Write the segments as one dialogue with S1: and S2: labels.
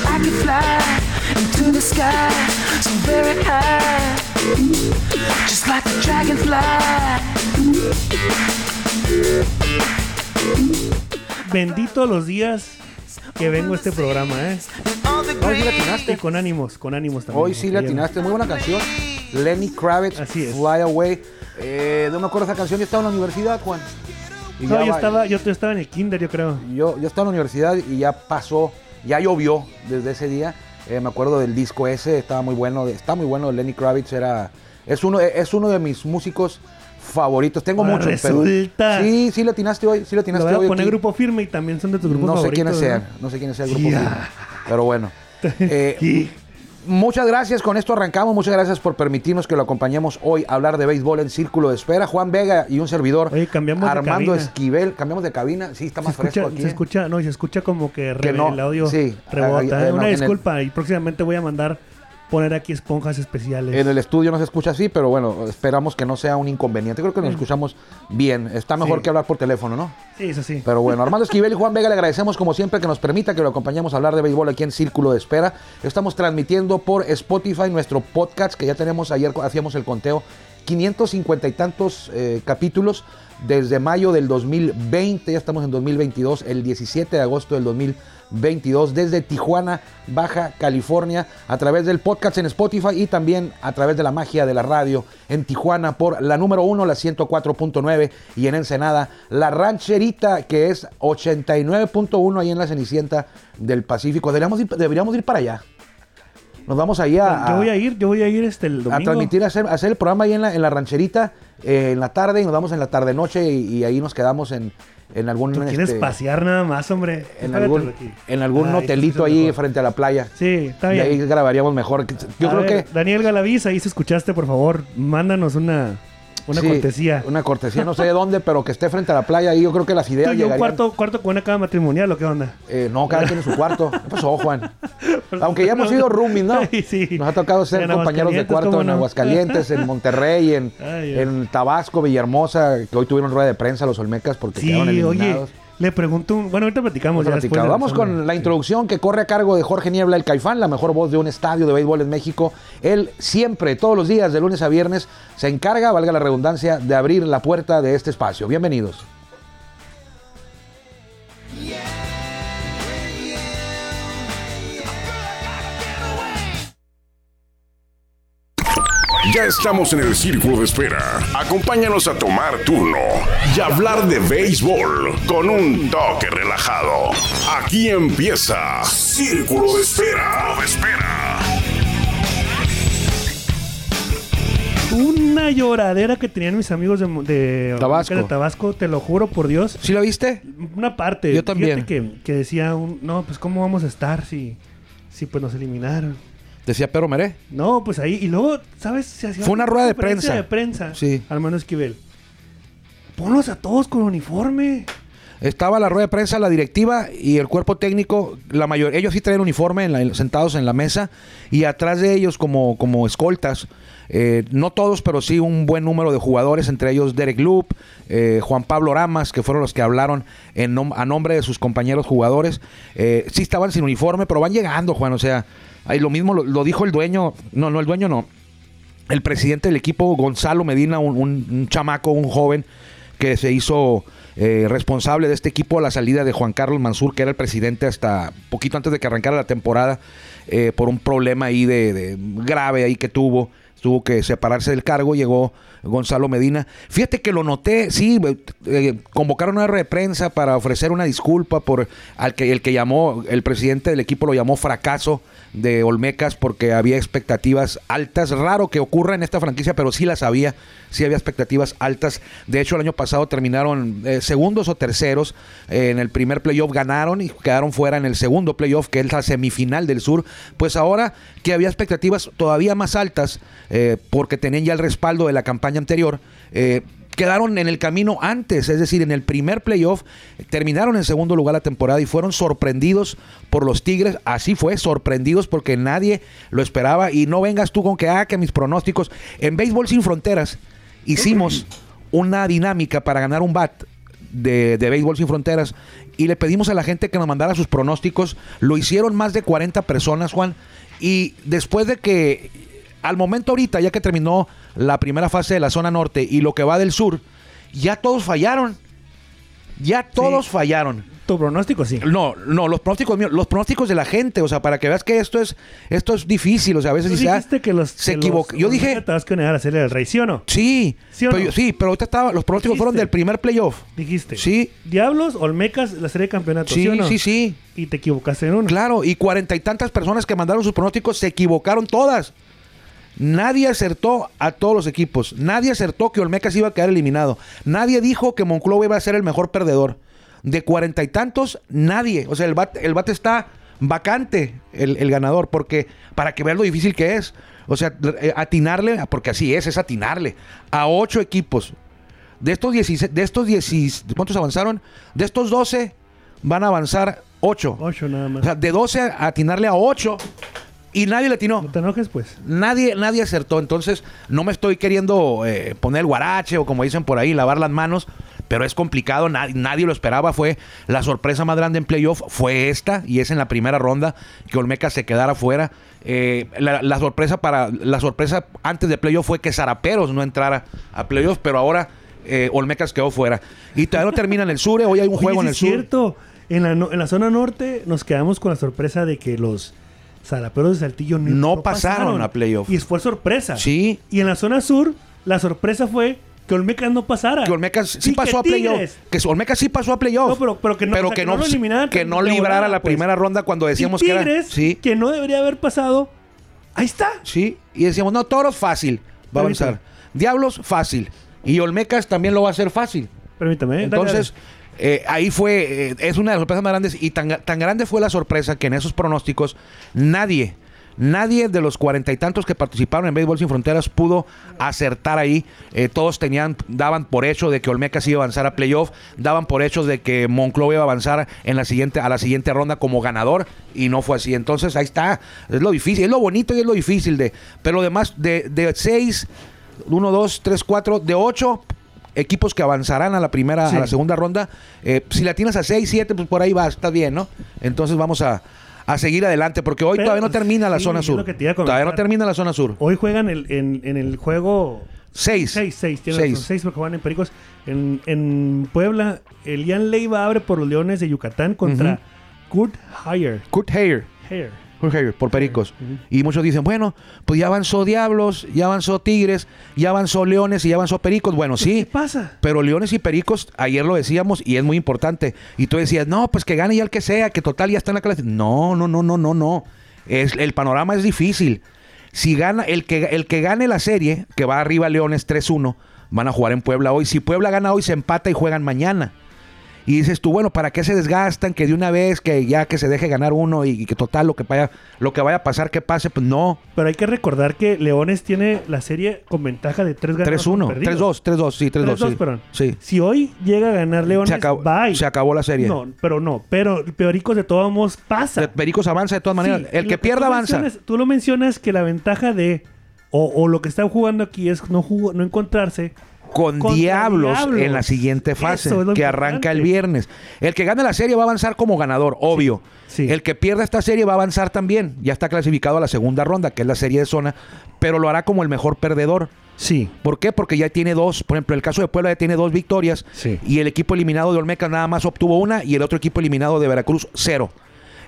S1: fly into the sky so very high, just like a dragonfly.
S2: Bendito los días que vengo a este programa, ¿eh?
S3: Hoy sí latinaste.
S2: Y con ánimos, con ánimos también.
S3: Hoy sí latinaste. Muy buena canción. Lenny Kravitz,
S2: Así es.
S3: Fly Away. Eh, no me acuerdo esa canción. Yo estaba en la universidad, Juan. Y
S2: No,
S3: ya
S2: yo
S3: va-
S2: estaba, yo, yo estaba en el kinder, yo creo.
S3: Yo, yo estaba en la universidad y ya pasó, ya llovió desde ese día. Eh, me acuerdo del disco ese, estaba muy bueno, de- está muy bueno de Lenny Kravitz, era, es uno, es uno de mis músicos favoritos. Tengo
S2: Ahora
S3: muchos. pero-
S2: resulta.
S3: sí, sí le atinaste hoy, sí le
S2: Lo
S3: atinaste
S2: voy a
S3: hoy.
S2: poner
S3: aquí.
S2: grupo firme y también son de tus grupos
S3: no sé
S2: favoritos.
S3: quiénes sean,
S2: ¿verdad?
S3: no sé quién es el grupo.
S2: Ya.
S3: firme, Pero bueno. Eh,
S2: Sí.
S3: Muchas gracias, con esto arrancamos. Muchas gracias por permitirnos que lo acompañemos hoy a hablar de béisbol en Círculo de Espera. Juan Vega y un servidor,
S2: Oye, cambiamos de
S3: Armando
S2: cabina.
S3: Esquivel. Cambiamos de cabina, sí, está
S2: Se
S3: más
S2: escucha,
S3: fresco aquí.
S2: se
S3: ¿eh?
S2: escucha, no, y se escucha como que,
S3: Que
S2: re-
S3: no,
S2: el audio
S3: sí. Ahí-
S2: rebota.
S3: ahí
S2: ¿eh?
S3: no,
S2: Una
S3: en el-
S2: disculpa, y próximamente voy a mandar poner aquí esponjas especiales.
S3: En el estudio no se escucha así, pero bueno, esperamos que no sea un inconveniente. Creo que nos escuchamos bien. Está mejor
S2: Sí.
S3: que hablar por teléfono, ¿no?
S2: Sí, eso sí.
S3: Pero bueno, Armando Esquivel y Juan Vega le agradecemos como siempre que nos permita que lo acompañemos a hablar de béisbol aquí en Círculo de Espera. Estamos transmitiendo por Spotify nuestro podcast que ya tenemos ayer, hacíamos el conteo, 550 y tantos eh, capítulos desde mayo del 2020, ya estamos en 2022, el 17 de agosto del 2022, desde Tijuana, Baja California, a través del podcast en Spotify y también a través de la magia de la radio en Tijuana por la número 1, la 104.9 y en Ensenada, la rancherita que es 89.1 ahí en la Cenicienta del Pacífico. Deberíamos ir, deberíamos ir para allá. Nos vamos ahí a,
S2: yo voy a ir, yo voy a ir este el
S3: ah, a
S2: domingo.
S3: transmitir, a hacer, a hacer el programa ahí en la, en la rancherita eh, en la tarde y nos vamos en la tarde-noche y, y ahí nos quedamos en, en algún...
S2: Tú quieres
S3: este,
S2: pasear nada más, hombre.
S3: en
S2: Págatelo
S3: algún,
S2: aquí.
S3: en algún
S2: Ay, eso
S3: hotelito
S2: es
S3: ahí
S2: mejor.
S3: frente a la playa.
S2: Sí, está
S3: Y
S2: bien.
S3: ahí grabaríamos mejor. Yo
S2: A
S3: creo
S2: ver,
S3: que.
S2: Daniel Galaviz, ahí si escuchaste, por favor, mándanos una, una
S3: sí,
S2: cortesía.
S3: Una cortesía, no sé de dónde, pero que esté frente a la playa. Ahí yo creo que las ideas
S2: Tú y un
S3: llegarían.
S2: cuarto, cuarto con una cama matrimonial, ¿o qué onda?
S3: Eh, no, cada quien en su cuarto. ¿Qué pasó, Juan? Aunque ya hemos sido roomies, ¿no?
S2: Ay, sí.
S3: Nos ha tocado ser
S2: En
S3: compañeros de
S2: Aguascalientes,
S3: cuarto
S2: ¿cómo
S3: en
S2: no?
S3: Aguascalientes, en Monterrey, en,
S2: Ay, ay.
S3: en Tabasco, Villahermosa, que hoy tuvieron rueda de prensa los Olmecas porque quedaron
S2: Sí, oye,
S3: eliminados.
S2: le pregunto un... Bueno, ahorita platicamos.
S3: Vamos, a
S2: Pues ya después
S3: platicar.
S2: de la
S3: Vamos
S2: zona.
S3: con la introducción que corre a cargo de Jorge Niebla, el Caifán, la mejor voz de un estadio de béisbol en México. Él siempre, todos los días, de lunes a viernes, se encarga, valga la redundancia, de abrir la puerta de este espacio. Bienvenidos.
S4: Ya estamos en el círculo de espera. Acompáñanos a tomar turno y hablar de béisbol con un toque relajado. Aquí empieza Círculo de Espera. De espera.
S2: Una lloradera que tenían mis amigos de, Mo- de
S3: Tabasco.
S2: de Tabasco, te lo juro por Dios.
S3: ¿Sí lo viste?
S2: Una parte.
S3: Yo
S2: fíjate
S3: también.
S2: Que, que decía, un, no, pues cómo vamos a estar si, si pues nos eliminaron.
S3: Decía Pedro Meré.
S2: No, pues ahí. Y luego, ¿sabes? Se hacía
S3: Fue una rueda de
S2: conferencia
S3: prensa.
S2: de prensa.
S3: Sí.
S2: Armando Esquivel. Ponlos a todos con uniforme.
S3: Estaba la rueda de prensa, la directiva y el cuerpo técnico, la mayor, ellos sí traían uniforme en la- sentados en la mesa y atrás de ellos como, como escoltas, eh, no todos, pero sí un buen número de jugadores, entre ellos Derek Loop, eh, Juan Pablo Ramas, que fueron los que hablaron en nom- a nombre de sus compañeros jugadores. Eh, sí estaban sin uniforme, pero van llegando, Juan, o sea, ahí lo mismo lo, lo dijo el dueño, no, no, el dueño no, el presidente del equipo, Gonzalo Medina, un, un- un chamaco, un joven que se hizo eh, responsable de este equipo a la salida de Juan Carlos Mansur, que era el presidente hasta poquito antes de que arrancara la temporada, eh, por un problema ahí de, de grave ahí que tuvo. Tuvo que separarse del cargo, llegó Gonzalo Medina. Fíjate que lo noté, sí, eh, convocaron una rueda de prensa para ofrecer una disculpa por al que el que llamó, el presidente del equipo lo llamó fracaso de Olmecas porque había expectativas altas. Raro que ocurra en esta franquicia, pero sí las había. Sí había expectativas altas. De hecho, el año pasado terminaron eh, segundos o terceros. Eh, en el primer playoff ganaron y quedaron fuera en el segundo playoff, que es la semifinal del sur. Pues ahora que había expectativas todavía más altas, eh, porque tenían ya el respaldo de la campaña anterior, eh, quedaron en el camino antes, es decir, en el primer playoff, terminaron en segundo lugar la temporada y fueron sorprendidos por los Tigres, así fue, sorprendidos porque nadie lo esperaba y no vengas tú con que, ah, que mis pronósticos, en Béisbol Sin Fronteras hicimos una dinámica para ganar un bat de, de Béisbol Sin Fronteras y le pedimos a la gente que nos mandara sus pronósticos. Lo hicieron más de 40 personas, Juan. Y después de que, al momento ahorita, ya que terminó la primera fase de la zona norte y lo que va del sur, ya todos fallaron. Ya todos
S2: Sí.
S3: fallaron.
S2: Tu pronóstico, sí.
S3: No, no, los pronósticos míos, los pronósticos de la gente, o sea, para que veas que esto es, esto es difícil, o sea, a veces
S2: Tú
S3: dice, ah,
S2: dijiste que los.
S3: se
S2: que los-
S3: equivoca. Yo
S2: los
S3: dije,
S2: Mets Te vas a negar a hacerle el rey, ¿sí o no?
S3: sí,
S2: ¿Sí o
S3: pero
S2: no?
S3: yo- sí, pero ahorita estaba, los pronósticos fueron
S2: Dijiste.
S3: del primer playoff.
S2: Dijiste.
S3: Sí.
S2: Diablos, Olmecas, la serie de campeonato. Sí,
S3: Sí,
S2: o no?
S3: sí, sí.
S2: Y te equivocaste en uno.
S3: Claro, y cuarenta y tantas personas que mandaron sus pronósticos se equivocaron todas. Nadie acertó a todos los equipos. Nadie acertó que Olmecas iba a quedar eliminado. Nadie dijo que Monclova iba a ser el mejor perdedor. De cuarenta y tantos, nadie. O sea, el bate, el bate está vacante, el, el ganador, porque para que veas lo difícil que es. O sea, eh, atinarle, porque así es, es atinarle a ocho equipos. De estos 16, de estos 16, ¿cuántos avanzaron? De estos 12 van a avanzar 8.
S2: Ocho nada más.
S3: O sea, de 12 a atinarle a 8 y nadie le atinó.
S2: no te enojes, pues.
S3: Nadie, nadie acertó. Entonces, no me estoy queriendo eh, poner el guarache o como dicen por ahí, lavar las manos, pero es complicado. na- nadie lo esperaba. Fue la sorpresa más grande en playoff, fue esta, y es en la primera ronda que Olmeca se quedara fuera. Eh, la, la sorpresa para, la sorpresa antes de playoff fue que Zaraperos no entrara a playoff, pero ahora. eh, Olmecas quedó fuera. Y todavía no termina en el sur, eh, hoy hay un
S2: Oye, sí
S3: juego en el
S2: es
S3: sur.
S2: cierto. En la, no- en la zona norte nos quedamos con la sorpresa de que los zaraperos de Saltillo no,
S3: No pasaron a playoff.
S2: Y fue sorpresa.
S3: Sí.
S2: Y en la zona sur, la sorpresa fue que Olmecas no pasara.
S3: que Olmecas sí
S2: Y
S3: pasó a playoff.
S2: Tigres.
S3: Que Olmecas sí pasó a playoff.
S2: No, pero- pero que no- o sea,
S3: que, no,
S2: lo eliminaran
S3: que
S2: tan-
S3: no
S2: de
S3: librara
S2: volada,
S3: la
S2: pues.
S3: primera ronda cuando decíamos
S2: y
S3: que era.
S2: Tigres,
S3: Sí,
S2: que no debería haber pasado, ahí está.
S3: sí. Y decíamos, no, Toros fácil. Va a
S2: Permíteme.
S3: avanzar. Diablos fácil. Y Olmecas también lo va a hacer fácil.
S2: Permítame. Eh, dale,
S3: Entonces,
S2: dale.
S3: eh, ahí fue, eh, es una de las sorpresas más grandes y tan, tan grande fue la sorpresa que en esos pronósticos nadie, nadie de los cuarenta y tantos que participaron en Béisbol Sin Fronteras pudo acertar ahí. Eh, todos tenían, daban por hecho de que Olmecas iba a avanzar a playoff, daban por hecho de que Monclova iba a avanzar en la siguiente, a la siguiente ronda como ganador y no fue así. Entonces, ahí está, es lo difícil, es lo bonito y es lo difícil de, pero lo demás, de, de seis, uno, dos, tres, cuatro, de ocho equipos que avanzarán a la primera,
S2: Sí.
S3: a la segunda ronda. Eh, si la tienes a 6, 7, pues por ahí va, está bien, ¿no? Entonces vamos a, a seguir adelante, porque hoy
S2: Pero,
S3: todavía no termina la
S2: sí,
S3: zona
S2: es
S3: sur.
S2: lo que te iba a
S3: Todavía no
S2: comentar.
S3: termina la zona sur.
S2: Hoy juegan el- en, en el juego
S3: 6.
S2: 6, 6, tiene
S3: Seis.
S2: razón, 6 porque van en Pericos. En, en Puebla, Elian Leiva abre por los Leones de Yucatán contra Kurt Heyer.
S3: Kurt Heyer.
S2: Heyer.
S3: Kurt Heyer, por Pericos. Y muchos dicen, bueno, pues ya avanzó Diablos, ya avanzó Tigres, ya avanzó Leones y ya avanzó Pericos. Bueno,
S2: ¿Qué
S3: sí.
S2: pasa?
S3: Pero Leones y Pericos, ayer lo decíamos y es muy importante. Y tú decías, no, pues que gane ya el que sea, que total ya está en la clase. No, no, no, no, no, no. Es, el panorama es difícil. Si gana, el que, el que gane la serie, que va arriba Leones 3-1, van a jugar en Puebla hoy. Si Puebla gana hoy, se empata y juegan mañana. Y dices tú, bueno, ¿para qué se desgastan? Que de una vez, que ya que se deje ganar uno y, y que total lo que vaya, lo que vaya a pasar, que pase, pues no.
S2: Pero hay que recordar que Leones tiene la serie con ventaja de 3 ganados.
S3: 3-1, 3-2, 3-2, sí, 3-2.
S2: 3-2,
S3: sí.
S2: perdón.
S3: Sí.
S2: Si hoy llega a ganar Leones,
S3: Se acabó,
S2: bye.
S3: se acabó la serie.
S2: No, pero no. Pero Pericos de todos modos pasa.
S3: De- Pericos avanza de todas maneras.
S2: Sí,
S3: el
S2: lo
S3: que pierda
S2: tú
S3: avanza.
S2: mencionas- Tú lo mencionas que la ventaja de. O, o lo que están jugando aquí es no, jug- no encontrarse.
S3: Con
S2: contra
S3: diablos,
S2: Diablos.
S3: en la siguiente
S2: Eso
S3: fase
S2: es lo
S3: que
S2: importante.
S3: arranca el viernes. El que gane la serie va a avanzar como ganador, obvio.
S2: sí.
S3: El que pierda esta serie va a avanzar también. Ya está clasificado a la segunda ronda, que es la serie de zona, pero lo hará como el mejor perdedor.
S2: Sí.
S3: ¿Por qué? Porque ya tiene dos. Por ejemplo, el caso de Puebla ya tiene dos victorias.
S2: Sí.
S3: Y el equipo eliminado de Olmeca nada más obtuvo una y el otro equipo eliminado de Veracruz cero.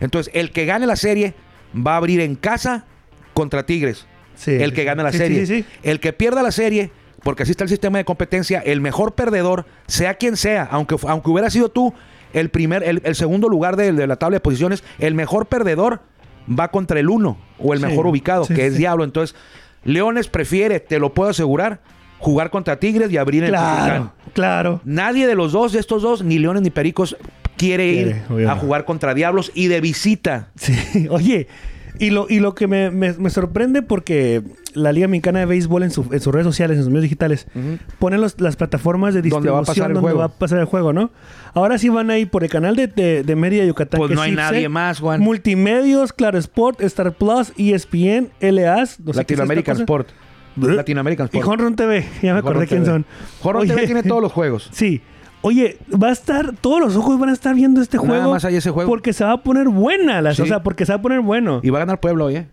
S3: Entonces, el que gane la serie va a abrir en casa contra Tigres.
S2: Sí,
S3: el
S2: sí,
S3: que
S2: sí.
S3: gana la
S2: Sí, sí,
S3: serie.
S2: sí, sí.
S3: El que pierda la serie, porque así está el sistema de competencia, el mejor perdedor, sea quien sea, aunque, fu- aunque hubiera sido tú el, primer, el, el segundo lugar de, de la tabla de posiciones, el mejor perdedor va contra el uno o el
S2: Sí,
S3: mejor ubicado,
S2: sí,
S3: que es
S2: sí.
S3: Diablo. Entonces, Leones prefiere, te lo puedo asegurar, jugar contra Tigres y abrir el
S2: Claro,
S3: Culiacán.
S2: claro.
S3: Nadie de los dos, de estos dos, ni Leones ni Pericos, quiere, ir
S2: Quiere, obvio
S3: a
S2: no.
S3: jugar contra Diablos y de visita.
S2: Sí, oye, y lo, y lo que me, me- me sorprende porque la Liga Mexicana de Béisbol en, su- en sus redes sociales, en sus medios digitales, pone los- las plataformas de
S3: Donde va a pasar
S2: distribución
S3: el
S2: donde
S3: juego.
S2: va a pasar el juego, ¿no? Ahora sí van ahí por el canal de, de, de Mérida Yucatán.
S3: Pues
S2: que
S3: no hay
S2: es IFC,
S3: nadie más, Juan.
S2: Multimedios, Claro Sport, Star Plus, E ESPN, LAS, no sé Pues, qué es esta
S3: Latinoamerican
S2: cosa. ¿Eh?
S3: Sport.
S2: Bleh.
S3: Latinoamerican
S2: Y
S3: Sport.
S2: Honron TV, ya me acordé
S3: Jorron
S2: quién
S3: TV.
S2: son.
S3: Jorron
S2: Oye,
S3: TV tiene todos los juegos.
S2: Sí. Oye, va a estar, todos los ojos van a estar viendo este
S3: Nada
S2: juego.
S3: más hay ese juego.
S2: Porque se va a poner buena, la,
S3: Sí.
S2: o sea, porque se va a poner bueno.
S3: Y va a ganar Puebla hoy, ¿eh?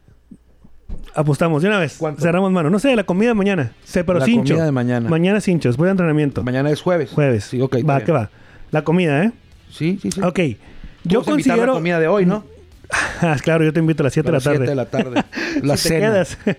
S2: Apostamos, de una vez.
S3: ¿Cuánto?
S2: Cerramos mano. No sé, la comida de mañana. Sé, pero
S3: La
S2: cincho.
S3: comida de mañana.
S2: Mañana cincho, después de entrenamiento.
S3: Mañana es jueves.
S2: Jueves.
S3: Sí, ok.
S2: Va,
S3: está
S2: que
S3: bien.
S2: va. La comida, ¿eh?
S3: Sí, sí, sí.
S2: Ok.
S3: Yo
S2: Yo
S3: Vamos a invitar
S2: considero.
S3: la comida de hoy, ¿no?
S2: Ah, claro, yo te invito a las 7 de la
S3: las
S2: tarde.
S3: siete de la tarde. la
S2: Si te
S3: cena.
S2: quedas.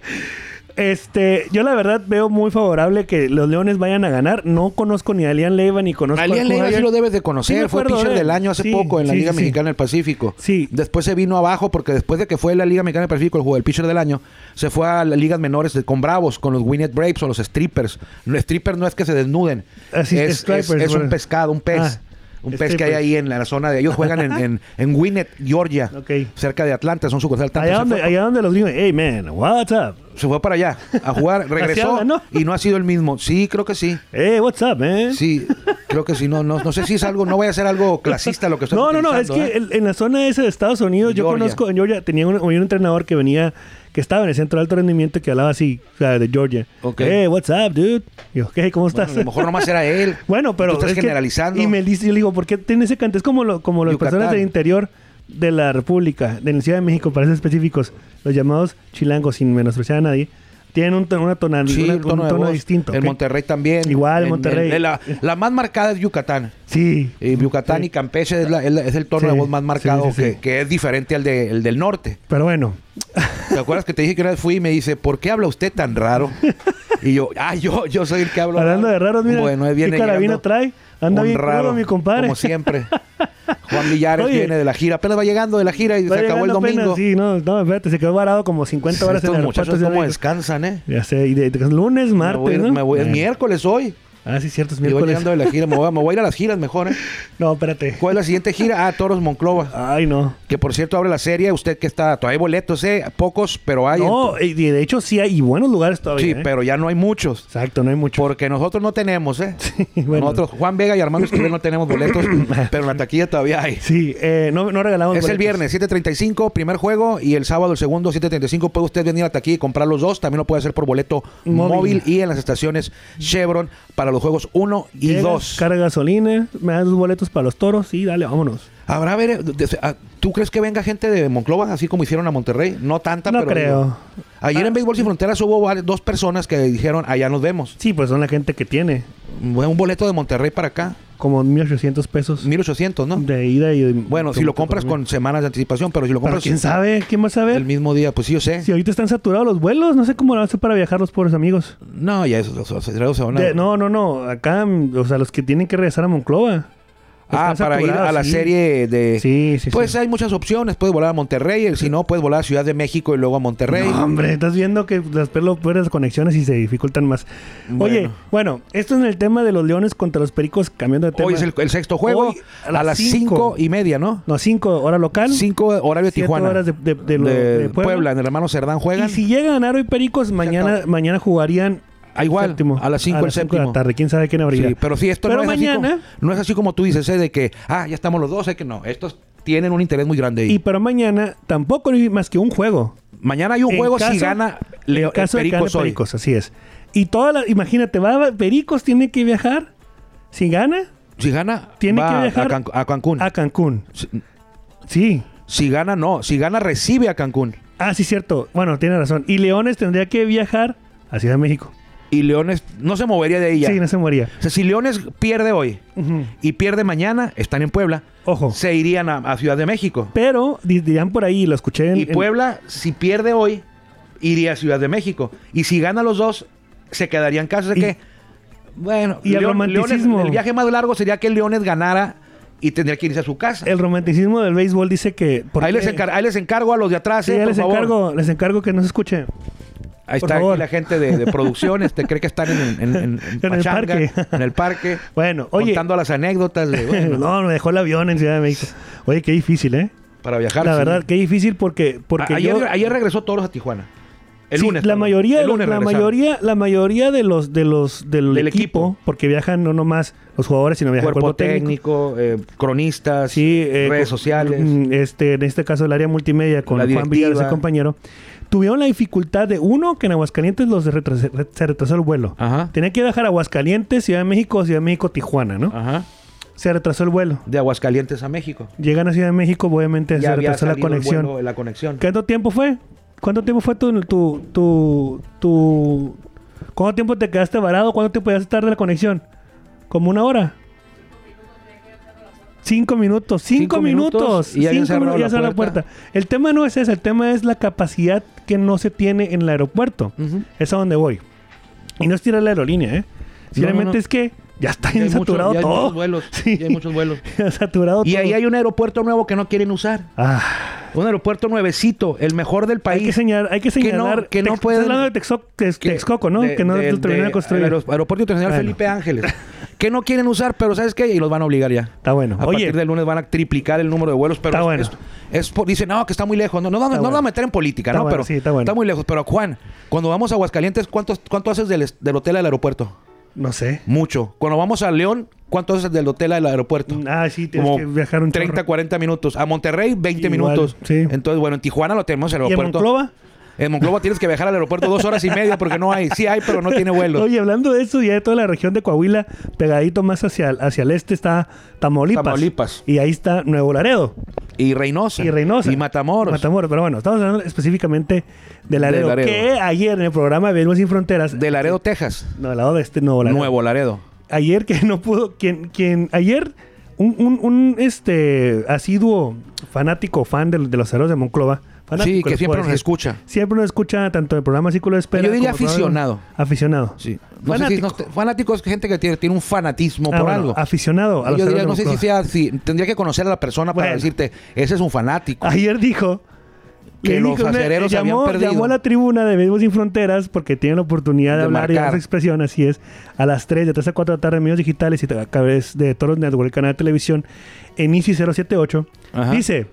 S2: Este, yo la verdad veo muy favorable que los Leones vayan a ganar. No conozco ni a Alian Leiva ni conozco a
S3: Alian Leiva
S2: Cuellar.
S3: sí lo debes de conocer.
S2: Sí, me
S3: fue
S2: acuerdo
S3: pitcher
S2: de él.
S3: del año hace
S2: Sí,
S3: poco en la
S2: sí,
S3: Liga
S2: sí, sí.
S3: Mexicana del Pacífico.
S2: Sí.
S3: Después se vino abajo porque después de que fue la Liga Mexicana del Pacífico el jugador el pitcher del año, se fue a las ligas menores de- con Bravos, con los Winnet Braves o los strippers. Los strippers no es que se desnuden.
S2: Así es,
S3: es,
S2: strippers,
S3: es- es
S2: bueno.
S3: un pescado, un pez.
S2: Ah,
S3: un pez que hay
S2: strippers.
S3: ahí en la la zona de ellos juegan en, en, en Winnet, Georgia,
S2: Ok.
S3: cerca de Atlanta, son sucursal de Atlanta.
S2: Allá
S3: Se fue
S2: donde, allá donde los digo, hey man, what's up?
S3: se fue para allá a jugar, regresó
S2: habla, ¿no?
S3: y no ha sido el mismo. Sí, creo que sí.
S2: Hey, what's up, man?
S3: Sí, creo que sí. No, no, no sé si es algo, no voy a ser algo clasista lo que estoy
S2: No, no, no, es que el- en la zona esa de Estados Unidos, yo
S3: ¿eh? Georgia.
S2: conozco en Georgia, tenía un, un entrenador que venía, que estaba en el centro de alto rendimiento que hablaba así, o sea, de Georgia.
S3: Ok.
S2: Hey, what's up, dude? Y yo, "¿Qué? ¿Cómo estás?
S3: A lo mejor nomás era él.
S2: Bueno, pero.
S3: Tú estás
S2: es que-
S3: generalizando.
S2: y me dice, yo le digo, ¿por qué tiene ese canto? Es como, lo, como las
S3: Yucatán.
S2: personas del interior de la República, de la Ciudad de México, para ser específicos, los llamados chilangos, sin menospreciar a nadie, tienen un, ton- una tonalidad,
S3: Sí,
S2: una-
S3: un tono,
S2: un
S3: de
S2: tono
S3: voz.
S2: distinto.
S3: En
S2: ¿ok?
S3: Monterrey también.
S2: Igual,
S3: En-
S2: Monterrey.
S3: en- en la, la más marcada es Yucatán.
S2: Sí.
S3: Y Yucatán y Campeche es, la- es la- es el tono
S2: Sí,
S3: de voz más marcado
S2: sí, sí, sí.
S3: Que, que es diferente al de- el del norte.
S2: Pero bueno,
S3: ¿Te acuerdas que te dije que una vez fui y me dice, ¿por qué habla usted tan raro? Y yo, ah, yo, yo soy el que hablo.
S2: hablando de raros, mira,
S3: Bueno, ahí
S2: ¿qué
S3: viene
S2: carabina
S3: llegando
S2: trae? Anda
S3: un
S2: bien raro, mi compadre.
S3: Como siempre. Juan Villares
S2: Oye.
S3: viene de la gira. Apenas va llegando de la gira y
S2: Va
S3: se acabó el
S2: llegando apenas,
S3: domingo. Pues
S2: sí, no, no, espérate, se quedó varado como 50 horas
S3: Estos
S2: en el
S3: muchachos
S2: aeropuerto,
S3: cómo
S2: ya
S3: descansan, ¿eh?
S2: digo. Ya sé, y de, de- lunes, martes,
S3: me voy,
S2: ¿no?
S3: me voy- es
S2: Ah.
S3: miércoles hoy.
S2: Ah, sí, cierto, es
S3: Y voy
S2: miércoles.
S3: llegando de la gira. Me voy, a- me voy a ir a las giras mejor, ¿eh?
S2: No, espérate.
S3: ¿Cuál es la siguiente gira? Ah, Toros Monclova.
S2: Ay, no.
S3: Que por cierto abre la serie. Usted que está... Todavía hay boletos, ¿eh? Pocos, pero hay.
S2: No, y de hecho sí hay y buenos lugares todavía.
S3: sí,
S2: ¿eh?
S3: pero ya no hay muchos.
S2: Exacto, no hay mucho.
S3: Porque nosotros no tenemos, ¿eh?
S2: bueno.
S3: Nosotros, Juan Vega y Armando Esquivel no tenemos boletos, pero en la taquilla todavía hay.
S2: Sí, eh, no, no regalamos.
S3: Es el
S2: boletos.
S3: viernes, 7.35, primer juego, y el sábado, el segundo, 7.35. Puede usted venir hasta aquí y comprar los dos. También lo puede hacer por boleto
S2: Móvil.
S3: móvil, y en las estaciones Chevron para los juegos 1 y
S2: Llegas,
S3: 2.
S2: Carga gasolina, me das los boletos para los toros y dale, vámonos.
S3: ¿Habrá ver, de- de- ah, ¿Tú crees que venga gente de Monclova, así como hicieron a Monterrey? No tanta,
S2: No
S3: pero.
S2: creo. Ah.
S3: digo, ayer en Béisbol Sin Fronteras hubo varias- dos personas que dijeron, allá nos vemos.
S2: Sí, pues son la gente que tiene
S3: Bueno, Un boleto de Monterrey para acá,
S2: como 1800 pesos
S3: 1.800, ¿no?
S2: de ida y de-
S3: Bueno, si lo compras con semanas de anticipación, pero si lo
S2: Pero
S3: compras
S2: quién sabe, quién va a
S3: el
S2: saber.
S3: mismo día, pues sí, yo sé.
S2: Si ahorita están saturados los vuelos, no sé cómo lo van a hacer para viajar los pobres amigos.
S3: No, ya esos los aceleradores se van a-
S2: De- no, no, no. Acá, mm, o sea, los que tienen que regresar a Monclova.
S3: Ah,
S2: Están
S3: para ir
S2: saturados,
S3: a la
S2: sí.
S3: serie de.
S2: Sí, sí,
S3: Pues
S2: sí.
S3: hay muchas opciones. Puedes volar a Monterrey, el- si no, puedes volar a Ciudad de México y luego a Monterrey.
S2: No, hombre, estás viendo que las perlo- peores conexiones y se dificultan más. Oye, bueno, esto en el tema de los leones contra los pericos, cambiando de tema.
S3: Hoy es el, el sexto juego
S2: Hoy,
S3: a las, cinco y media, ¿no?
S2: No, 5 hora local.
S3: 5 horario de
S2: Siete
S3: Tijuana.
S2: horas de- de- de lo- de Puebla.
S3: Puebla. en el hermano Cerdán
S2: Y
S3: juegan.
S2: si llega a ganar hoy pericos, mañana,
S3: acabó.
S2: mañana jugarían
S3: Ah, igual,
S2: séptimo.
S3: a las cinco el
S2: cinco de la
S3: séptimo.
S2: tarde, quién sabe quién abrirá.
S3: Sí, pero sí, esto
S2: Pero
S3: no, es
S2: mañana,
S3: así como, no es así como tú dices, ¿eh? de que, ah, ya estamos los dos, es que no. Estos tienen un interés muy grande. ahí.
S2: Y para mañana tampoco hay más que un juego.
S3: mañana hay un
S2: En
S3: juego si
S2: caso-
S3: gana
S2: en
S3: Leo,
S2: caso de que
S3: Pericos
S2: gane
S3: hoy.
S2: Pericos, así es. Y toda la, imagínate, va Pericos tiene que viajar. Si gana,
S3: Si gana,
S2: Tiene
S3: va
S2: que viajar
S3: a, Can- a Cancún.
S2: a Cancún.
S3: Si-
S2: Sí.
S3: Si gana, no. Si gana, recibe a Cancún.
S2: Ah, sí, cierto. Bueno, tiene razón. Y Leones tendría que viajar a Ciudad de México.
S3: Y Leones no se movería de ella.
S2: Sí, no se moría.
S3: O sea, si Leones pierde hoy
S2: Ujú.
S3: y pierde mañana, están en Puebla,
S2: Ojo.
S3: se irían a, a Ciudad de México.
S2: Pero di- dirán por ahí, lo escuché en.
S3: y
S2: en-
S3: Puebla, si pierde hoy, iría a Ciudad de México. Y si gana los dos, se quedarían en casa. O sea
S2: Y-
S3: que, bueno,
S2: y el romanticismo.
S3: el viaje más largo sería que Leones ganara y tendría que irse a su casa.
S2: el romanticismo del béisbol dice que. Eh, ¿por
S3: Ahí
S2: qué?
S3: les, encar- ahí les encargo a los de atrás,
S2: Sí,
S3: eh,
S2: ya
S3: por
S2: les
S3: favor.
S2: encargo, les encargo que no se escuche.
S3: Ahí
S2: Por
S3: está aquí
S2: favor.
S3: la gente de, de producción, este, cree que están en, en- en- en
S2: En el
S3: pachanga,
S2: parque.
S3: en el parque,
S2: Bueno, oye.
S3: contando las anécdotas de, bueno,
S2: no, me dejó el avión en Ciudad de México. Oye, qué difícil, ¿eh?
S3: para viajar.
S2: la
S3: sí.
S2: verdad, qué difícil porque. porque
S3: A- ayer,
S2: yo-
S3: ayer regresó todos a Tijuana. El
S2: Sí,
S3: lunes.
S2: La
S3: perdón.
S2: mayoría, de
S3: El
S2: los-
S3: lunes
S2: la
S3: regresaron.
S2: mayoría, la mayoría de los, de los, del,
S3: Del
S2: equipo,
S3: equipo.
S2: porque viajan no nomás los jugadores, sino viaja el
S3: Cuerpo,
S2: cuerpo técnico.
S3: técnico, eh, cronistas,
S2: Sí, eh,
S3: redes
S2: con-
S3: sociales.
S2: mm, Este, en este caso, el área multimedia con
S3: La
S2: Juan Villar, ese
S3: directiva.
S2: compañero. Tuvieron la dificultad de, uno, que en Aguascalientes los retrasé- re- se retrasó el vuelo.
S3: Ajá.
S2: Tenía que viajar a Aguascalientes, Ciudad de México, Ciudad de México, Tijuana, ¿no?
S3: Ajá.
S2: se retrasó el vuelo.
S3: de Aguascalientes a México.
S2: Llegan a Ciudad de México, obviamente
S3: Ya
S2: se
S3: había
S2: retrasó la
S3: salido el
S2: conexión.
S3: vuelo, la conexión.
S2: ¿Cuánto tiempo fue? ¿Cuánto tiempo fue tu, tu, tu, tu- ¿Cuánto tiempo te quedaste varado? ¿Cuánto tiempo llegaste tarde a la conexión? ¿Como una hora? Cinco minutos. Cinco,
S3: Cinco minutos
S2: minutos.
S3: y ya habían
S2: Cinco
S3: cerrado
S2: minutos,
S3: la
S2: ya cerró la
S3: puerta.
S2: puerta. El tema no es ese. El tema es la capacidad que no se tiene en el aeropuerto.
S3: Ujú.
S2: Es a donde voy. Y no es tirar la aerolínea, ¿eh? Simplemente
S3: no.
S2: es que ya está
S3: Ya hay mucho-
S2: saturado
S3: ya hay
S2: todo.
S3: muchos vuelos, ya hay muchos vuelos.
S2: Ya saturado
S3: Y
S2: todo.
S3: ahí hay un aeropuerto nuevo que no quieren usar.
S2: Ah.
S3: Un aeropuerto nuevecito, el mejor del país.
S2: Hay que señalar, hay que
S3: Que no-
S2: señalar
S3: que no
S2: Tex-
S3: pueden-
S2: estás hablando de Texo- Tex-
S3: que-
S2: Texcoco, ¿no? que no lo terminaron de construir.
S3: El aeros- aeropuerto internacional
S2: Bueno.
S3: Felipe Ángeles. que no quieren usar, pero ¿sabes qué? Y los van a obligar ya.
S2: Está bueno.
S3: A
S2: Oye.
S3: partir del lunes van a triplicar el número de vuelos, pero
S2: Está
S3: es-
S2: bueno.
S3: es, es por- dicen, no, que está muy lejos. No, no, vamos- no,
S2: Está
S3: vamos
S2: bueno.
S3: a meter en política,
S2: Está
S3: ¿no?
S2: bueno,
S3: pero
S2: sí, está bueno.
S3: muy lejos. Pero Juan, cuando vamos a Aguascalientes, ¿cuánto, cuánto haces del, est- del hotel al aeropuerto?
S2: No sé.
S3: Mucho. Cuando vamos a León, ¿cuánto haces del hotel al aeropuerto?
S2: Ah, sí, tienes que viajar un
S3: 30,
S2: chorro.
S3: 40 minutos. A Monterrey, 20
S2: Igual,
S3: minutos.
S2: sí.
S3: Entonces, bueno, en Tijuana lo tenemos el
S2: ¿Y en
S3: aeropuerto.
S2: Monclova?
S3: En Monclova tienes que viajar al aeropuerto dos horas y media porque no hay. Sí hay, pero no tiene vuelos.
S2: Oye, hablando de eso, ya de toda la región de Coahuila, pegadito más hacia, hacia el este está Tamaulipas.
S3: Tamaulipas.
S2: Y ahí está Nuevo Laredo
S3: Y Reynosa.
S2: y Reynosa.
S3: Y Matamoros.
S2: Matamoros, pero bueno, estamos hablando específicamente de Laredo,
S3: Laredo.
S2: que ayer en el programa Venimos sin Fronteras...
S3: De Laredo, Texas.
S2: No, al lado de este Nuevo Laredo.
S3: Nuevo Laredo.
S2: ayer que no pudo, quien, quien, ayer un, un, un, este asiduo fanático, fan de, de los héroes de Monclova. fanático,
S3: Sí, que
S2: les
S3: siempre
S2: puedo
S3: nos
S2: decir.
S3: escucha.
S2: Siempre nos escucha tanto el programa Círculo de Espera.
S3: Yo diría
S2: como el programa-
S3: aficionado.
S2: Aficionado.
S3: Sí. No sé si-
S2: Fanático.
S3: no sé- fanático es gente que tiene, tiene un fanatismo
S2: Ah,
S3: por
S2: bueno,
S3: algo.
S2: Aficionado a los
S3: Yo
S2: Héroes
S3: diría,
S2: de
S3: no sé si
S2: Monclova.
S3: sea así. Tendría que conocer a la persona para
S2: Bueno.
S3: decirte, ese es un fanático.
S2: Ayer dijo
S3: Que
S2: le
S3: los
S2: una-
S3: acereros
S2: llamó,
S3: habían perdido.
S2: llamó a la tribuna de Béisbol Sin Fronteras porque tienen la oportunidad de,
S3: De
S2: hablar y
S3: marcar.
S2: dar su expresión, así es, a las 3, de 3 a 4 de la tarde en medios digitales y te- a través de Toros Network, el canal de televisión, en Easy 078.
S3: Ajá.
S2: Dice,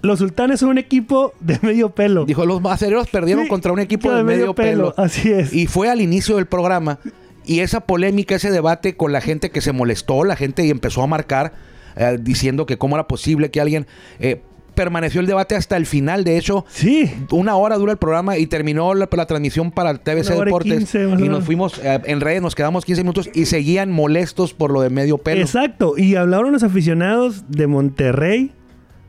S2: los sultanes son un equipo de medio pelo.
S3: Dijo, los acereros perdieron
S2: Sí,
S3: contra un equipo de medio pelo.
S2: Así es.
S3: Y fue al inicio del programa. Y esa polémica, ese debate con la gente que se molestó, la gente y empezó a marcar eh, diciendo que cómo era posible que alguien... eh, permaneció el debate hasta el final. De hecho,
S2: sí.
S3: una hora dura el programa y terminó la, la transmisión para TVC
S2: Una hora y
S3: Deportes.
S2: 15 más o
S3: y nos
S2: menos.
S3: fuimos eh, en redes, nos quedamos 15 minutos y seguían molestos por lo de medio pelo.
S2: Exacto. Y hablaron los aficionados de Monterrey.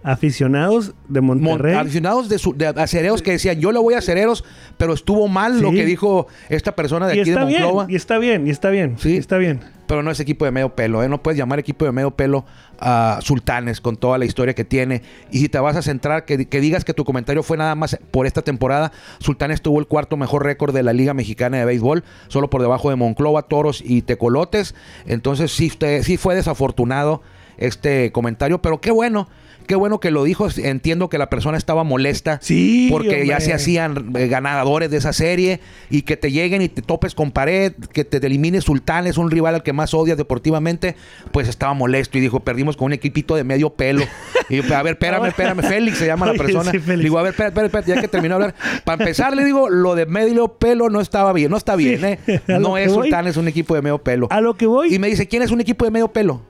S2: Aficionados de
S3: Mon-
S2: Monterrey.
S3: aficionados de, su- de acereros que decían, yo le voy a acereros, pero estuvo mal lo
S2: Sí.
S3: que dijo esta persona de
S2: y
S3: aquí de
S2: está bien,
S3: Monclova.
S2: y está bien, y está bien.
S3: Sí.
S2: Sí. Está bien.
S3: Pero no es equipo de medio pelo, ¿eh? No puedes llamar equipo de medio pelo a Sultanes con toda la historia que tiene. Y si te vas a centrar, que, que digas que tu comentario fue nada más por esta temporada, Sultanes tuvo el cuarto mejor récord de la Liga Mexicana de Béisbol, solo por debajo de Monclova, Toros y Tecolotes. Entonces sí, te- sí fue desafortunado este comentario, pero qué bueno. Qué bueno que lo dijo. Entiendo que la persona estaba molesta.
S2: Sí,
S3: Porque ya
S2: hombre.
S3: se hacían eh, ganadores de esa serie y que te lleguen y te topes con pared, que te elimine Sultanes, un rival al que más odias deportivamente, pues estaba molesto y dijo, perdimos con un equipito de medio pelo. Y yo, a ver, espérame, espérame, Félix se llama la
S2: Oye,
S3: persona.
S2: sí, Félix.
S3: Le digo, a ver, espérate, espérate, espérate, ya que terminó de hablar. Para empezar, le digo, lo de medio pelo no estaba bien, no está bien, ¿eh?
S2: A lo
S3: No
S2: que
S3: es
S2: voy.
S3: Sultanes un equipo de medio pelo.
S2: A lo que voy.
S3: Y me dice, ¿quién es un equipo de medio pelo?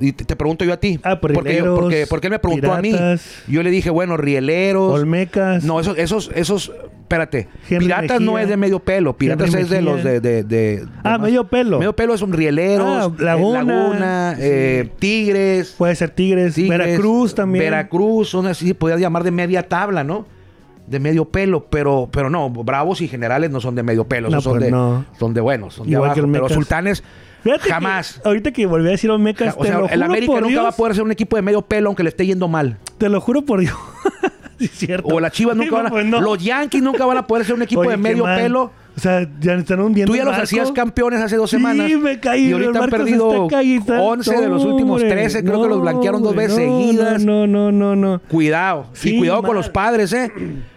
S3: Y te, te pregunto yo a ti.
S2: Ah, por
S3: porque, yo-
S2: rieleros,
S3: porque, porque él me preguntó
S2: piratas.
S3: a mí. Yo le dije, bueno, rieleros.
S2: Olmecas.
S3: No, esos, esos, esos, espérate.
S2: Henry
S3: piratas
S2: Mejía.
S3: no es de medio pelo. Piratas
S2: Henry
S3: es de
S2: Mejía.
S3: los de. de- de-
S2: Ah,
S3: de más-
S2: medio pelo.
S3: Medio pelo es un rieleros.
S2: Ah, Laguna.
S3: Laguna, eh, Tigres.
S2: Puede ser Tigres,
S3: Tigres,
S2: Veracruz también.
S3: Veracruz, son así, podías llamar de media tabla, ¿no? De medio pelo, pero, pero no, bravos y generales no son de medio pelo,
S2: No,
S3: esos son,
S2: pues
S3: de,
S2: no.
S3: son de buenos, son de
S2: Igual que
S3: abajo,
S2: el
S3: pero
S2: Mecas.
S3: sultanes
S2: Fíjate que
S3: jamás.
S2: ahorita que volví a decir Olmecas,
S3: O
S2: te
S3: sea,
S2: lo
S3: el
S2: juro
S3: América
S2: por
S3: nunca
S2: Dios.
S3: va a poder ser un equipo de medio pelo aunque le esté yendo mal.
S2: Te lo juro por Dios. Sí, es cierto.
S3: O las Chivas
S2: Sí,
S3: nunca van a,
S2: pues, no.
S3: los Yankees nunca van a poder ser un equipo
S2: Oye,
S3: de
S2: qué
S3: medio
S2: mal.
S3: pelo.
S2: O sea, ya están hundiendo.
S3: Tú ya
S2: el
S3: los
S2: barco.
S3: hacías campeones hace dos
S2: Sí,
S3: semanas.
S2: me caí,
S3: Y
S2: el
S3: ahorita han
S2: barco se
S3: perdido
S2: está cayendo.
S3: 11 de los
S2: No,
S3: últimos
S2: hombre.
S3: 13. Creo que los
S2: No,
S3: blanquearon dos veces
S2: no,
S3: seguidas.
S2: No, no, no, no.
S3: Cuidado.
S2: Sí,
S3: y cuidado con
S2: mal.
S3: los padres, ¿eh?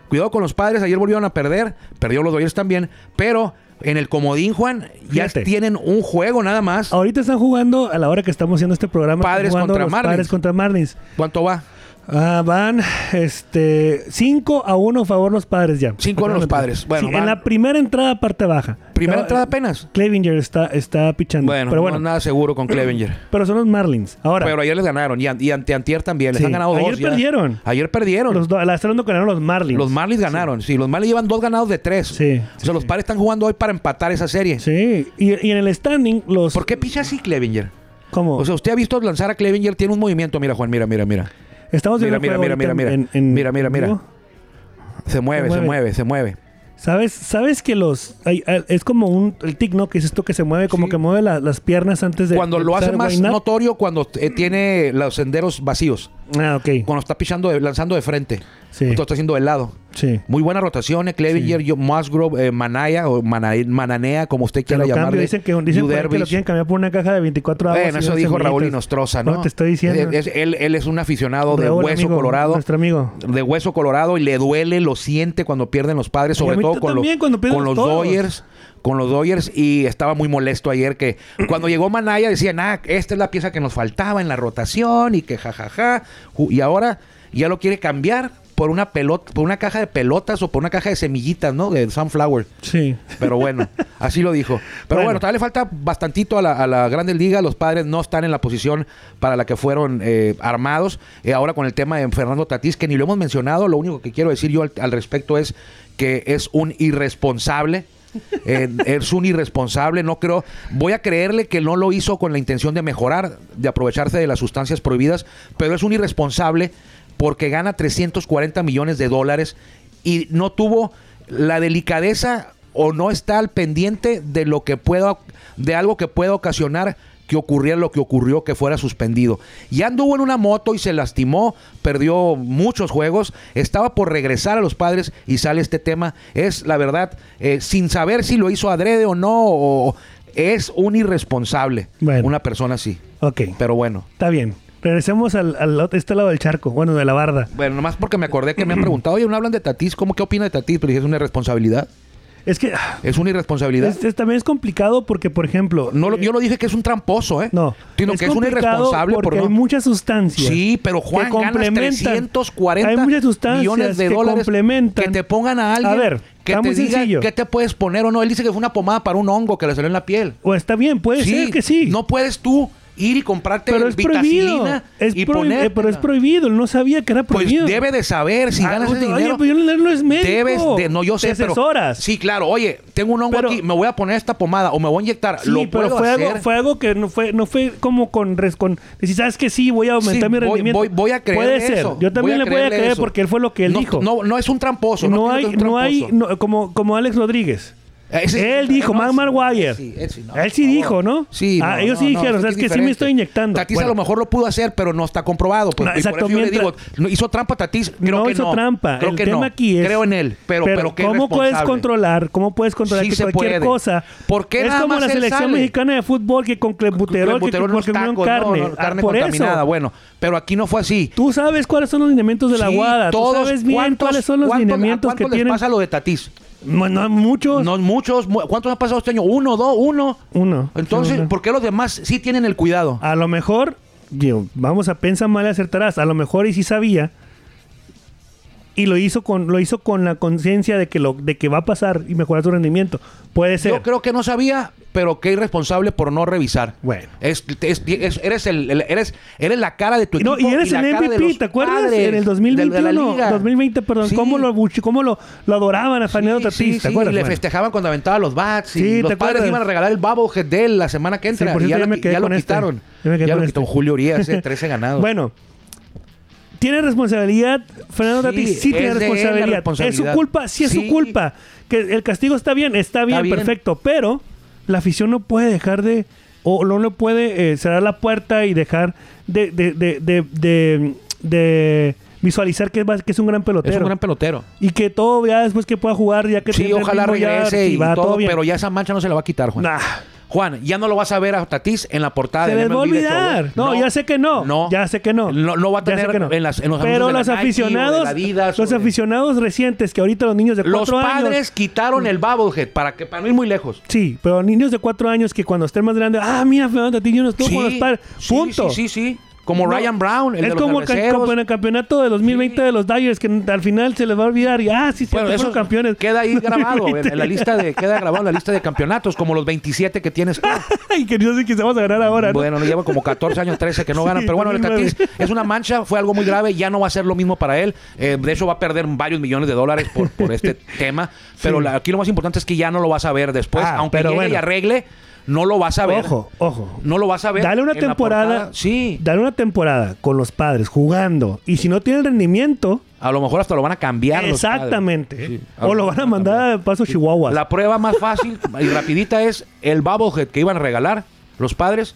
S3: Cuidado con los padres. Ayer volvieron a perder. Perdió los Dodgers también. Pero en el comodín, Juan, ya
S2: Fíjate.
S3: tienen un juego nada más.
S2: Ahorita están jugando, a la hora que estamos haciendo este programa, están
S3: Padres
S2: jugando
S3: contra
S2: los
S3: Marlins.
S2: Padres contra Marlins.
S3: ¿Cuánto va?
S2: Ah, van este 5 a 1 a favor los padres ya.
S3: Cinco a uno los padres. Bueno,
S2: Sí,
S3: van-
S2: en la primera entrada parte baja. Estaba-
S3: Primera entrada apenas.
S2: Clevinger está, está pichando.
S3: Bueno,
S2: pero bueno,
S3: no nada seguro con Clevenger.
S2: pero son los Marlins. Ahora,
S3: Pero ayer les ganaron. Y, an- y ante antier también. Les
S2: Sí.
S3: han ganado
S2: Ayer
S3: dos. ya.
S2: perdieron.
S3: Ayer perdieron.
S2: los do- la están dando con los Marlins.
S3: Los Marlins ganaron. Sí. los Marlins llevan dos ganados de tres.
S2: Sí,
S3: o sea, los padres están jugando hoy para empatar esa serie.
S2: Sí, y, y en el standing los
S3: ¿Por qué picha así Clevinger?
S2: ¿Cómo?
S3: O sea, usted ha visto lanzar a Clevinger, tiene un movimiento. Mira, Juan, mira, mira, mira.
S2: Estamos
S3: Mira,
S2: viendo el
S3: mira,
S2: juego
S3: mira, mira,
S2: ahorita
S3: mira.
S2: en- en-
S3: Mira, mira, mira.
S2: vivo.
S3: Se mueve,
S2: Se
S3: se
S2: mueve.
S3: mueve, se mueve.
S2: ¿Sabes, sabes que los. hay- hay- es como un. El tic, ¿no? Que es esto que se mueve, como
S3: Sí.
S2: que mueve la- las piernas antes de.
S3: Cuando lo hace
S2: empezar a
S3: más
S2: guainar.
S3: notorio, cuando eh, tiene los senderos vacíos.
S2: Ah, ok.
S3: Cuando está pichando, de- lanzando de frente.
S2: Sí.
S3: Entonces está haciendo de lado.
S2: Sí.
S3: Muy buenas rotaciones. Clevinger, yo- Musgrove, eh, Manaya o Mana- Mananea, como usted
S2: Te
S3: quiera
S2: lo cambio.
S3: llamarle.
S2: Dicen que, dicen
S3: Yu
S2: por ahí que lo
S3: Dervish.
S2: quieren cambiar por una caja de 24 aguas.
S3: Bueno,
S2: y
S3: eso
S2: unos
S3: dijo Raúl
S2: semillitas.
S3: Inostroza, ¿no?
S2: te estoy diciendo.
S3: Es- es- él, él es un aficionado de
S2: Raúl,
S3: hueso
S2: amigo,
S3: colorado.
S2: Nuestro amigo.
S3: De hueso colorado y le duele, lo siente cuando pierden los
S2: Y
S3: padres,
S2: a
S3: sobre
S2: mí
S3: todo
S2: tú
S3: con los,
S2: también, cuando pierden
S3: con los
S2: todos.
S3: Dodgers. Con los Dodgers y estaba muy molesto ayer que cuando llegó Manaya decían, ah, esta es la pieza que nos faltaba en la rotación y que jajaja. Ju- Y ahora ya lo quiere cambiar por una pelota, por una caja de pelotas o por una caja de semillitas, ¿no? De Sunflower.
S2: Sí.
S3: Pero bueno, así lo dijo. Pero
S2: Bueno.
S3: bueno, todavía le falta bastantito a la, a la Grandes Ligas. Los padres no están en la posición para la que fueron eh, armados. Eh, ahora con el tema de Fernando Tatís, que ni lo hemos mencionado, lo único que quiero decir yo al, al respecto es que es un irresponsable. Eh, es un irresponsable, no creo. Voy a creerle que no lo hizo con la intención de mejorar, de aprovecharse de las sustancias prohibidas, pero es un irresponsable porque gana 340 millones de dólares y no tuvo la delicadeza o no está al pendiente de lo que pueda de algo que pueda ocasionar que ocurriera lo que ocurrió que fuera suspendido. Ya anduvo en una moto y se lastimó, perdió muchos juegos, estaba por regresar a los padres y sale este tema. Es la verdad, eh, sin saber si lo hizo adrede o no, o- es un irresponsable
S2: Bueno.
S3: una persona así.
S2: Ok.
S3: Pero bueno.
S2: Está bien. Regresemos al, al otro- este lado del charco. Bueno, de la barda.
S3: Bueno, nomás porque me acordé que me han preguntado, oye, no hablan de Tatís, ¿cómo qué opina de Tatís? Pero dije, es una irresponsabilidad.
S2: Es que. ah,
S3: Es una irresponsabilidad.
S2: es- es- también es complicado porque, por ejemplo.
S3: No, lo- yo lo dije que es un tramposo, ¿eh?
S2: No.
S3: Sino que es un
S2: complicado
S3: irresponsable por
S2: porque
S3: no-
S2: hay muchas sustancias.
S3: Sí, pero Juan,
S2: que
S3: ganas
S2: complementan.
S3: 340
S2: Hay muchas sustancias
S3: millones de
S2: que
S3: dólares
S2: complementan.
S3: que te pongan a alguien
S2: A ver,
S3: que
S2: está
S3: te
S2: muy
S3: diga
S2: sencillo.
S3: qué te puedes poner o no. Él dice que fue una pomada para un hongo que le salió en la piel.
S2: O está bien, puede ser que sí.
S3: No puedes tú ir y comprarte
S2: pero es prohibido.
S3: vitacilina
S2: Es
S3: y
S2: prohi-
S3: poner
S2: eh, pero es prohibido. Él no sabía que era
S3: pues
S2: prohibido.
S3: debe de saber si
S2: Ah,
S3: ganas ese
S2: oye,
S3: dinero.
S2: pero yo no- no es médico.
S3: Debes de no yo sé,
S2: Te
S3: pero
S2: asesoras.
S3: Sí, claro. Oye, tengo un hongo
S2: Pero-
S3: aquí, me voy a poner esta pomada o me voy a inyectar.
S2: Sí,
S3: lo
S2: pero
S3: puedo
S2: fue
S3: hacer.
S2: algo, fue algo que no fue, no fue como con, res- con decir, ¿sabes que Sí, voy a aumentar
S3: Sí,
S2: mi
S3: voy-
S2: rendimiento.
S3: Voy, voy a creer
S2: Puede ser. Yo también le voy a creer porque él fue lo que él
S3: no,
S2: dijo.
S3: No, no es un tramposo.
S2: no,
S3: creo
S2: hay,
S3: que es un
S2: no hay,
S3: tramposo. Eh,
S2: no- como, como Alex Rodríguez.
S3: Ese-
S2: él dijo,
S3: no,
S2: Mark
S3: sí,
S2: Maguire.
S3: sí, él sí, no,
S2: él sí
S3: por
S2: dijo,
S3: favor.
S2: ¿no?
S3: Sí.
S2: Ah,
S3: no,
S2: ellos sí
S3: no, no,
S2: dijeron,
S3: es
S2: o sea, es que sí me
S3: diferente.
S2: estoy inyectando.
S3: Tatís
S2: Bueno,
S3: a lo mejor lo pudo hacer, pero no está comprobado. Pues,
S2: No,
S3: y por
S2: exacto,
S3: eso yo le
S2: mientras-
S3: digo, no, hizo trampa Tatís. Creo
S2: no
S3: que
S2: hizo
S3: no.
S2: trampa.
S3: Creo
S2: el
S3: que
S2: tema
S3: no.
S2: aquí es.
S3: Creo en él, pero, pero, que
S2: ¿cómo puedes controlar? ¿Cómo puedes controlar
S3: Sí
S2: que
S3: se
S2: cualquier
S3: puede.
S2: cosa?
S3: ¿Por qué
S2: es
S3: nada
S2: como
S3: más
S2: la
S3: él
S2: selección
S3: sale?
S2: mexicana de fútbol que con clembuterol, que,
S3: Buterol, unos
S2: porque comieron
S3: tacos,
S2: carne.
S3: no, no,
S2: Ah,
S3: carne
S2: por
S3: contaminada.
S2: eso.
S3: Bueno, pero aquí no fue así.
S2: Tú sabes cuáles son los lineamientos de la
S3: Sí,
S2: guada. Tú
S3: todos,
S2: sabes bien
S3: ¿cuántos-
S2: cuáles son los
S3: cuántos- a
S2: lineamientos que
S3: cuántos les
S2: tienen.
S3: pasa lo de Tatís?
S2: No, no, muchos.
S3: No muchos. mu- ¿Cuántos han pasado este año? Uno, dos, uno.
S2: Uno. Ah,
S3: Entonces,
S2: Uno.
S3: ¿por qué los demás sí tienen el cuidado?
S2: A lo mejor, digo, vamos a pensar mal y acertarás. A lo mejor y sí sabía. Y lo hizo con, lo hizo con la conciencia de que lo, de que va a pasar y mejorar su rendimiento. Puede ser.
S3: Yo creo que no sabía, pero qué irresponsable por no revisar.
S2: Bueno.
S3: Es, es- es- eres, el, el- eres, eres la cara de tu
S2: Y
S3: equipo.
S2: no, y eres
S3: la
S2: el
S3: cara de
S2: MVP,
S3: los
S2: ¿te acuerdas?
S3: padres
S2: en el
S3: de-
S2: 2021,
S3: de la liga.
S2: 2020, perdón,
S3: Sí.
S2: cómo lo buchi- cómo lo, lo adoraban a Fernando
S3: Sí,
S2: Tatís,
S3: sí,
S2: ¿te
S3: sí,
S2: acuerdas?
S3: Y le
S2: Bueno.
S3: festejaban cuando aventaban los bats. Y
S2: Sí,
S3: los
S2: ¿te
S3: padres
S2: acuerdas?
S3: iban a regalar el babo de él la semana que entra.
S2: Sí, por
S3: y
S2: cierto,
S3: ya,
S2: ya
S3: lo-
S2: me quedé
S3: ya lo
S2: con este.
S3: quitaron.
S2: Ya me quedé
S3: Ya lo
S2: con
S3: quitó
S2: este.
S3: Julio Urias, eh, 13 ganados.
S2: Bueno, tiene responsabilidad. Fernando
S3: Sí,
S2: Tatís sí
S3: es de
S2: tiene
S3: él la
S2: responsabilidad. ¿Es su
S3: responsabilidad.
S2: culpa? Sí, es su
S3: Sí.
S2: culpa. Que el castigo está bien, está bien,
S3: bien.
S2: perfecto. Pero la afición no puede dejar de. O no lo puede eh, cerrar la puerta y dejar de, de, de, de, de- de visualizar que, va- que es un gran pelotero.
S3: es un gran pelotero.
S2: y que todo ya después que pueda jugar, ya que
S3: Sí,
S2: tenga el
S3: ojalá
S2: ritmo ya,
S3: regrese
S2: sí,
S3: y
S2: va,
S3: todo,
S2: bien.
S3: pero ya esa mancha no se la va a quitar, Juan.
S2: Nah.
S3: Juan, ya no lo vas a ver a Tatís en la portada
S2: Se les
S3: del
S2: va a
S3: MLB Ah, de
S2: olvidar.
S3: Showboy.
S2: No, ya sé que no.
S3: No.
S2: Ya sé que no.
S3: No, no va a
S2: Ya sé
S3: tener
S2: que no.
S3: en, las, en los anuncios
S2: Pero
S3: de la
S2: los
S3: Nike o de
S2: aficionados,
S3: la Adidas o
S2: los
S3: de-
S2: aficionados recientes que ahorita los niños de
S3: Los
S2: cuatro años.
S3: padres quitaron el bobblehead para que para no ir muy lejos.
S2: Sí, pero niños de cuatro años que cuando estén más grandes, ah, mira, Fernando Tatís, yo no estuve con los padres.
S3: sí,
S2: Punto.
S3: Sí, sí, sí. Como
S2: No,
S3: Ryan Brown, el
S2: es
S3: de los
S2: como ca-
S3: cerveceros.
S2: como en el campeonato de 2020
S3: Sí.
S2: de los Dodgers que al final se les va a olvidar y ah sí, sí
S3: Bueno, eso
S2: campeones
S3: queda ahí grabado en, en la
S2: 2020.
S3: lista de queda grabado en la lista de campeonatos como los 27 que tienes tú.
S2: y que no sé quién se vamos a ganar ahora ¿no?
S3: Bueno, lleva como 14 años, 13 que no
S2: Sí,
S3: ganan. Pero bueno, el
S2: 2009.
S3: Tatis es una mancha, fue algo muy grave, ya no va a ser lo mismo para él. Eh, de hecho, va a perder varios millones de dólares por, por este tema. Pero la- aquí lo más importante es que ya no lo vas a ver después,
S2: Ah,
S3: aunque
S2: pero
S3: llegue y
S2: bueno.
S3: arregle. no lo vas a ver.
S2: Ojo, ojo.
S3: No lo vas a ver.
S2: Dale una
S3: en la
S2: temporada.
S3: portada. Sí.
S2: Dale una temporada con los padres jugando. Y si no tienen rendimiento,
S3: A lo mejor hasta lo van a cambiar. los padres.
S2: exactamente.
S3: Sí.
S2: O lo van a mandar a paso Chihuahua.
S3: La prueba más fácil y rapidita es el bobblehead que iban a regalar los padres.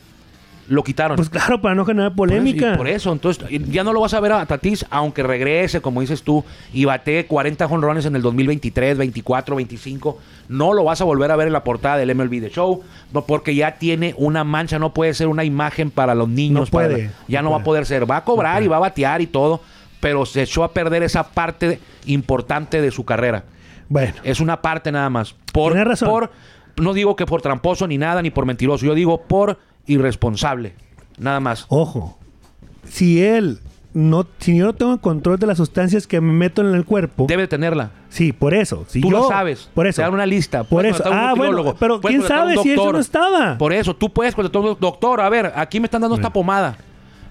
S3: Lo quitaron.
S2: Pues claro, para no generar
S3: Por eso- y
S2: polémica.
S3: Por eso, entonces, y ya no lo vas a ver a Tatís, aunque regrese, como dices tú, y bate 40 jonrones en el 2023, 24, 25. No lo vas a volver a ver en la portada del MLB The Show, no, porque ya tiene una mancha, no puede ser una imagen para los niños.
S2: No
S3: para-
S2: puede,
S3: ya
S2: no
S3: no, va a
S2: puede.
S3: poder ser. Va a cobrar y va a batear y todo, pero se echó a perder esa parte importante de su carrera.
S2: Bueno,
S3: Es una parte nada más. Por,
S2: Tienes razón.
S3: por- no digo que por tramposo ni nada, ni por mentiroso. Yo digo por irresponsable. Nada
S2: Oh.
S3: más.
S2: ojo. Si él no, si yo no tengo control de las sustancias que me meto en el cuerpo,
S3: Debe tenerla.
S2: sí, por eso. Si
S3: Tú
S2: yo-
S3: lo sabes.
S2: Por eso.
S3: Te dan una lista.
S2: Por
S3: Puedes
S2: eso.
S3: contratar un
S2: Ah, bueno,
S3: nutriólogo.
S2: pero
S3: Puedes
S2: quién
S3: contratar un
S2: sabe si eso no
S3: doctor.
S2: estaba.
S3: Por eso, tú puedes contratar un doc- doctor. A ver, aquí me están dando esta pomada.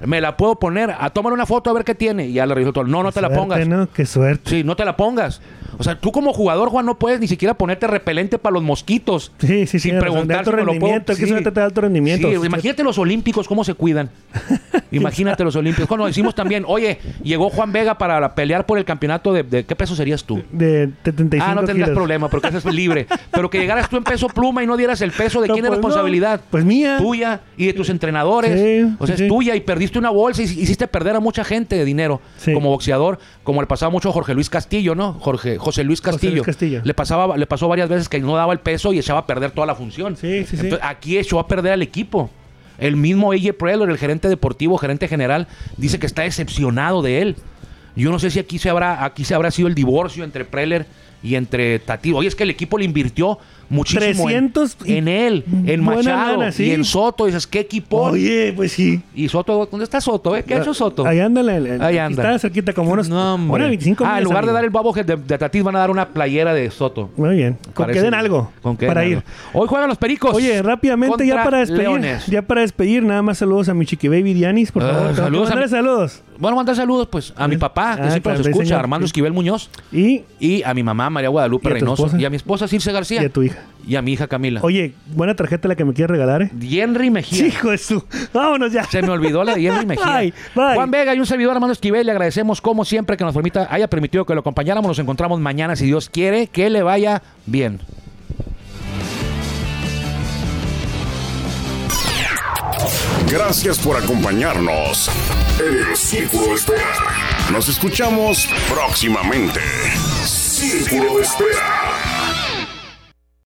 S3: Me la puedo poner. A tomar una foto a ver qué tiene. Y ya la revisó todo. No, no te la
S2: Suerte,
S3: pongas.
S2: ¿no? Qué suerte.
S3: Sí, no te la pongas. O sea, tú como jugador, Juan, no puedes ni siquiera ponerte repelente para los mosquitos.
S2: Sí, sí, sí,
S3: Sin
S2: de
S3: preguntar
S2: alto
S3: si me lo puedo-
S2: rendimiento, es que
S3: Sí.
S2: es un atleta de alto rendimiento.
S3: Sí, imagínate los olímpicos cómo se cuidan. imagínate los olímpicos. Cuando decimos también, oye, llegó Juan Vega para la- pelear por el campeonato de, de- ¿qué peso serías tú?
S2: De 75
S3: Ah, no tendrías
S2: kilos.
S3: problema porque ese es libre. Pero que llegaras tú en peso pluma y no dieras el peso de
S2: No,
S3: quién es
S2: pues, no.
S3: responsabilidad.
S2: Pues mía.
S3: Tuya y de tus entrenadores.
S2: Sí,
S3: o sea,
S2: sí.
S3: es tuya y perdiste una bolsa y hiciste perder a mucha gente de dinero
S2: Sí.
S3: como boxeador, como le pasaba mucho a Jorge Luis Castillo, ¿no? Jorge José Luis Castillo.
S2: Luis Castillo.
S3: Le pasaba le pasó varias veces que no daba el peso y echaba a perder toda la función.
S2: Sí, sí, sí.
S3: Entonces, aquí echó a perder al equipo. El mismo AJ Preller, el gerente deportivo, gerente general, dice que está decepcionado de él. Yo no sé si aquí se habrá, aquí se habrá sido el divorcio entre Preller y entre Tati. Oye, es que el equipo le invirtió muchísimo en-
S2: 300 y-
S3: en, él, en
S2: buena
S3: Machado
S2: lana, sí.
S3: y en Soto. Dices, ¿qué equipo?
S2: Oye, pues sí.
S3: Y Soto, ¿dónde está Soto? eh? ¿Qué ha hecho Soto?
S2: Ahí anda. la- la-
S3: Ahí
S2: aquí
S3: anda.
S2: Está cerquita, como unos.
S3: No, hombre.
S2: bueno, 25
S3: Ah, en
S2: millas,
S3: lugar de
S2: amigo.
S3: dar el babo de, de Tatis, van a dar una playera de Soto.
S2: Muy bien. Con
S3: Parece
S2: que den
S3: bien.
S2: algo.
S3: Con que
S2: para
S3: den
S2: ir.
S3: algo. Hoy juegan los pericos.
S2: Oye, rápidamente,
S3: contra
S2: ya para despedir.
S3: Leones.
S2: Ya para despedir, nada más saludos a mi chiqui baby Dianis, por
S3: Ah,
S2: favor. Te- te
S3: saludos a
S2: mandaré
S3: mi-
S2: saludos.
S3: Bueno, mandar saludos pues a mi papá, que
S2: Ah,
S3: siempre
S2: claro,
S3: nos
S2: sí,
S3: escucha,
S2: señor.
S3: Armando Esquivel Muñoz,
S2: Y,
S3: y a mi mamá, María
S2: ¿Y
S3: Guadalupe
S2: a tu
S3: Reynoso,
S2: esposa?
S3: y a mi esposa, Circe García,
S2: y a tu hija.
S3: y a mi hija Camila.
S2: Oye, buena tarjeta la que me quieres regalar, ¿eh?
S3: Henry Mejía.
S2: Hijo de su. Vámonos ya.
S3: Se me olvidó la de Henry Mejía.
S2: Bye, bye.
S3: Juan Vega y un servidor Armando Esquivel, le agradecemos como siempre que nos permita, haya permitido que lo acompañáramos. Nos encontramos mañana, si Dios quiere, que le vaya bien.
S4: Gracias por acompañarnos en el Círculo de Espera. Nos escuchamos próximamente. Círculo de Espera.